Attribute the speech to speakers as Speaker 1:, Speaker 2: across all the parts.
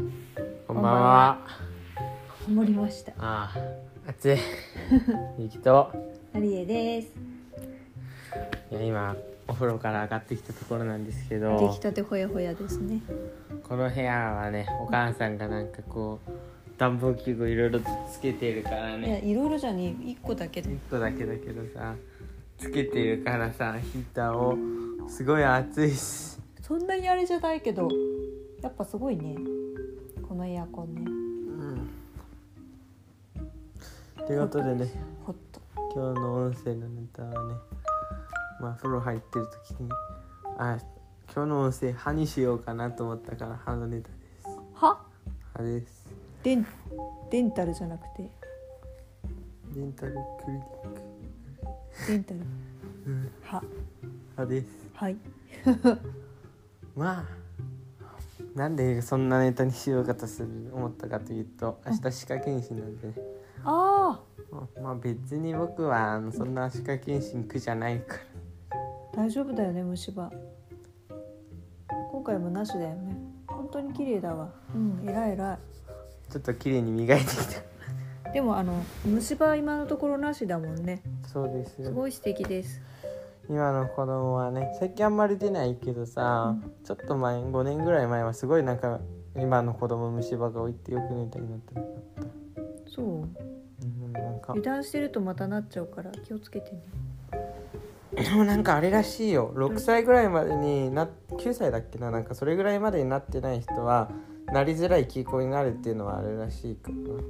Speaker 1: んばんは。
Speaker 2: こもりました。
Speaker 1: ああ、 暑い。ゆきと、
Speaker 2: アリエです。
Speaker 1: いや、今、お風呂から上がってきたところなんですけ
Speaker 2: 出来
Speaker 1: ど。
Speaker 2: たてほやほやですね。
Speaker 1: この部屋はね、お母さんがなんかこう、暖房器具いろいろとつけてるから
Speaker 2: いや、
Speaker 1: ね。
Speaker 2: いろいろじゃねえ、一個だけで
Speaker 1: 一。個だけだけどさ、つけてるからさ、ヒーターを、すごい暑いし。
Speaker 2: そんなにあれじゃないけど、やっぱすごいね。このエアコンね。
Speaker 1: うん。ということでね。
Speaker 2: ホット。
Speaker 1: 今日の音声のネタはねまあ風呂入ってる時にあ今日の音声歯にしようかなと思ったから歯のネタです
Speaker 2: は？
Speaker 1: 歯です
Speaker 2: デンデンタルじゃなくて
Speaker 1: デンタルクリニック
Speaker 2: デンタル。
Speaker 1: うん
Speaker 2: は
Speaker 1: 歯です
Speaker 2: はい。
Speaker 1: まあなんでそんなネタにしようかとする思ったかというと明日歯科検診なんでね
Speaker 2: あ
Speaker 1: まあまあ別に僕はあのそんな歯科検診苦じゃないから
Speaker 2: あ、大丈夫だよね虫歯。今回もなしだよね。本当に綺麗だわ。うん、偉い偉い。
Speaker 1: ちょっと綺麗に磨いてきた
Speaker 2: でもあの虫歯は今のところなしだもんね。
Speaker 1: そうです
Speaker 2: す
Speaker 1: よ
Speaker 2: ごい素敵です。
Speaker 1: 今の子供はね最近あんまり出ないけどさ、
Speaker 2: う
Speaker 1: ちょっと前5年ぐらい前はすごいなんか今の子供虫歯が多いってよくネタになってなかった、
Speaker 2: そう。
Speaker 1: うん、なんか
Speaker 2: 油断してるとまたなっちゃうから気をつけてね
Speaker 1: でもなんかあれらしいよ6歳ぐらいまでにな9歳だっけななんかそれぐらいまでになってない人はなりづらい傾向になるっていうのはあれらしいからな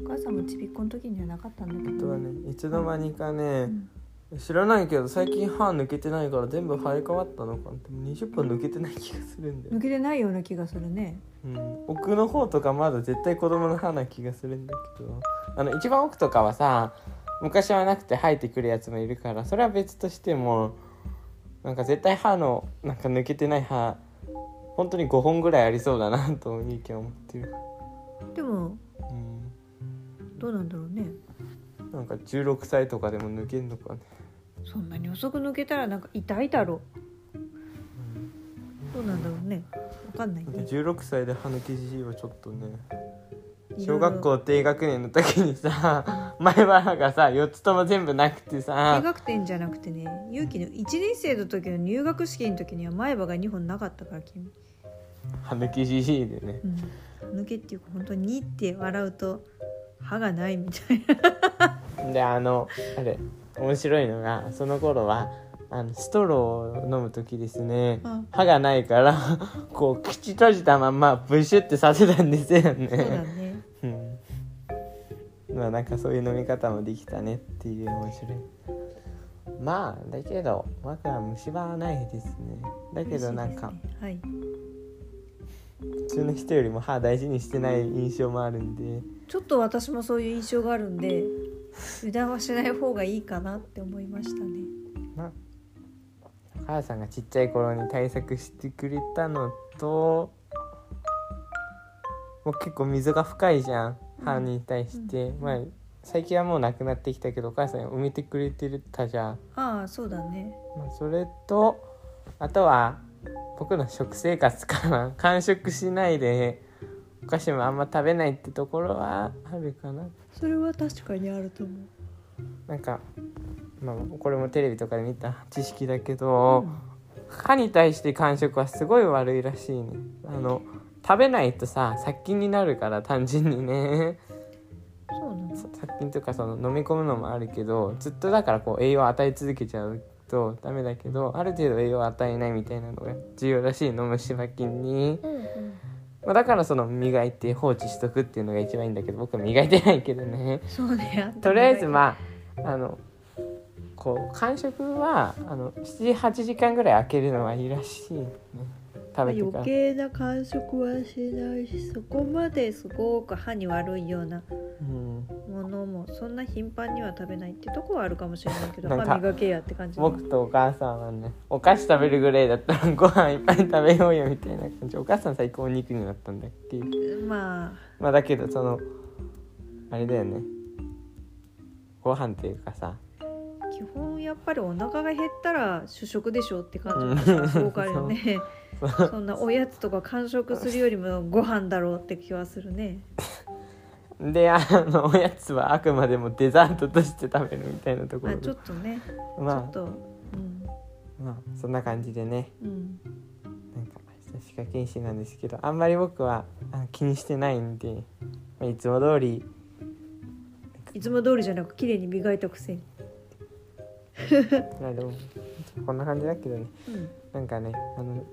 Speaker 2: お母さんもちびっこの時にはなかったんだけ
Speaker 1: あ
Speaker 2: ど
Speaker 1: とはねいつの間にかね
Speaker 2: う、ん
Speaker 1: 知らないけど最近歯抜けてないから全部生え変わったのかなでも20本抜けてない気がするんだよね
Speaker 2: 抜けてないような気がするね
Speaker 1: うん、奥の方とかまだ絶対子供の歯な気がするんだけどあの一番奥とかはさ昔はなくて生えてくるやつもいるからそれは別としてもなんか絶対歯のなんか抜けてない歯本当に5本ぐらいありそうだなといい見思ってる、
Speaker 2: でも
Speaker 1: う
Speaker 2: どうなんだろうね
Speaker 1: ん、なんか16歳とかでも抜けんのかね、
Speaker 2: そんなに遅く抜けたらなんか痛いだろうどうなんだろうねわかんない
Speaker 1: うん、
Speaker 2: ね
Speaker 1: 16歳で歯抜けじじいはちょっとね
Speaker 2: いろ
Speaker 1: 小
Speaker 2: いろ
Speaker 1: 学校低学年の時にさ前歯がさ4つとも全部なくて
Speaker 2: 大
Speaker 1: さ
Speaker 2: 学点じゃなくてね勇気の1年生の時の入学式の時には前歯が2本なかったから君、
Speaker 1: 歯抜けじじいでね
Speaker 2: うん、抜けっていうか本当に「に」って笑うと歯がないみたいな
Speaker 1: であのあれ面白いのがその頃はあのストローを飲む時ですね
Speaker 2: うん
Speaker 1: 歯がないから こう口閉じたまんまブシュってさせたんですよ
Speaker 2: そうだ
Speaker 1: ね。
Speaker 2: ね
Speaker 1: うんまあなんかそういう飲み方もできたねっていう面白いまあだけど僕は虫歯はないですねだ けどなんか
Speaker 2: 嬉しいですねはい
Speaker 1: 普通の人よりも歯大事にしてない印象もあるんで
Speaker 2: ちょっと私もそういう印象があるんで油断はしない方がいいかなって思いましたね
Speaker 1: お母さんがちっちゃい頃に対策してくれたのともう結構溝が深いじゃん歯に対して、まあ最近はもうなくなってきたけどお母さんが埋めてくれてたじゃん、
Speaker 2: ああそうだね
Speaker 1: まあ、それとあとは僕の食生活かな完食しないでお菓子もあんま食べないってところはあるかな
Speaker 2: それは確かにあると思う
Speaker 1: なんか、まあ、これもテレビとかで見た知識だけど、歯に対して感触はすごい悪いらしいねあの食べないとさ殺菌になるから単純にね
Speaker 2: そうなの
Speaker 1: 殺菌とかその飲み込むのもあるけどずっとだからこう栄養を与え続けちゃうとダメだけどある程度栄養を与えないみたいなのが重要らしいの虫歯菌に、
Speaker 2: うんうん
Speaker 1: まあ、だからその磨いて放置しとくっていうのが一番いいんだけど僕は磨いてないけどね
Speaker 2: そうね
Speaker 1: とりあえず
Speaker 2: あ
Speaker 1: まああのこう間食はあの78時間ぐらい空けるのはいいらしい、ね、食べて
Speaker 2: 余
Speaker 1: から。
Speaker 2: 計な感触はしないしそこまですごく歯に悪いような
Speaker 1: うん、
Speaker 2: ものもそんな頻繁には食べないってとこはあるかもしれないけど
Speaker 1: なんか
Speaker 2: 歯磨けやって感じだね
Speaker 1: 僕とお母さんはねお菓子食べるぐらいだったら ご飯いっぱい食べようよみたいな感じお母さん最高お肉になったんだっけ
Speaker 2: まあ
Speaker 1: まあだけどそのあれだよねご飯っていうかさ
Speaker 2: 基本やっぱりお腹が減ったら主食でしょって感じがすごくあるよね そんなおやつとか完食するよりもご飯だろうって気はするね
Speaker 1: であのおやつはあくまでもデザートとして食べるみたいなとこ
Speaker 2: まあ
Speaker 1: ろ
Speaker 2: ち
Speaker 1: で
Speaker 2: ょっとね、ちょ
Speaker 1: ま
Speaker 2: っとうん
Speaker 1: あ、まあ、そんな感じでね
Speaker 2: うん
Speaker 1: なんか歯科検診なんですけどあんまり僕はあの気にしてないんで、まあ、いつも通り
Speaker 2: いつも通りじゃなく綺麗に磨いたくせに、
Speaker 1: まあでもこんな感じだけどね
Speaker 2: うん、
Speaker 1: なんかねあの、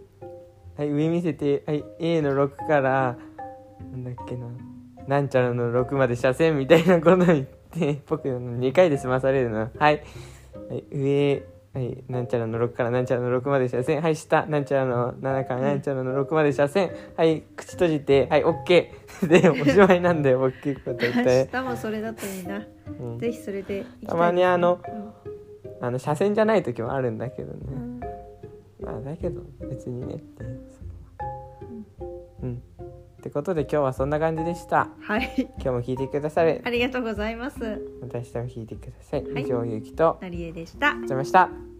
Speaker 1: はい、上見せて、はい、A の6からなんだっけななんちゃらの6まで斜線みたいなこと言って 僕2回で済まされるのは、はい、はい、上、はい、なんちゃらの6からなんちゃらの6まで斜線はい下なんちゃらの7からなんちゃらの6まで斜線はい口閉じてはい OK でおしまいなんだよ僕結構大
Speaker 2: 明
Speaker 1: 体、
Speaker 2: 日もそれだといいな
Speaker 1: うん、
Speaker 2: ぜひそれで行きたいです
Speaker 1: たまにあのあの斜線じゃない時もあるんだけどね、
Speaker 2: うんうん
Speaker 1: まあだけど別にねってうんってことで今日はそんな感じでした
Speaker 2: はい
Speaker 1: 今日も聞いてくださり
Speaker 2: ありがとうございます
Speaker 1: また明日も聞いてください、
Speaker 2: はい
Speaker 1: 以上ゆうきと
Speaker 2: なりえでした
Speaker 1: ありがとうございました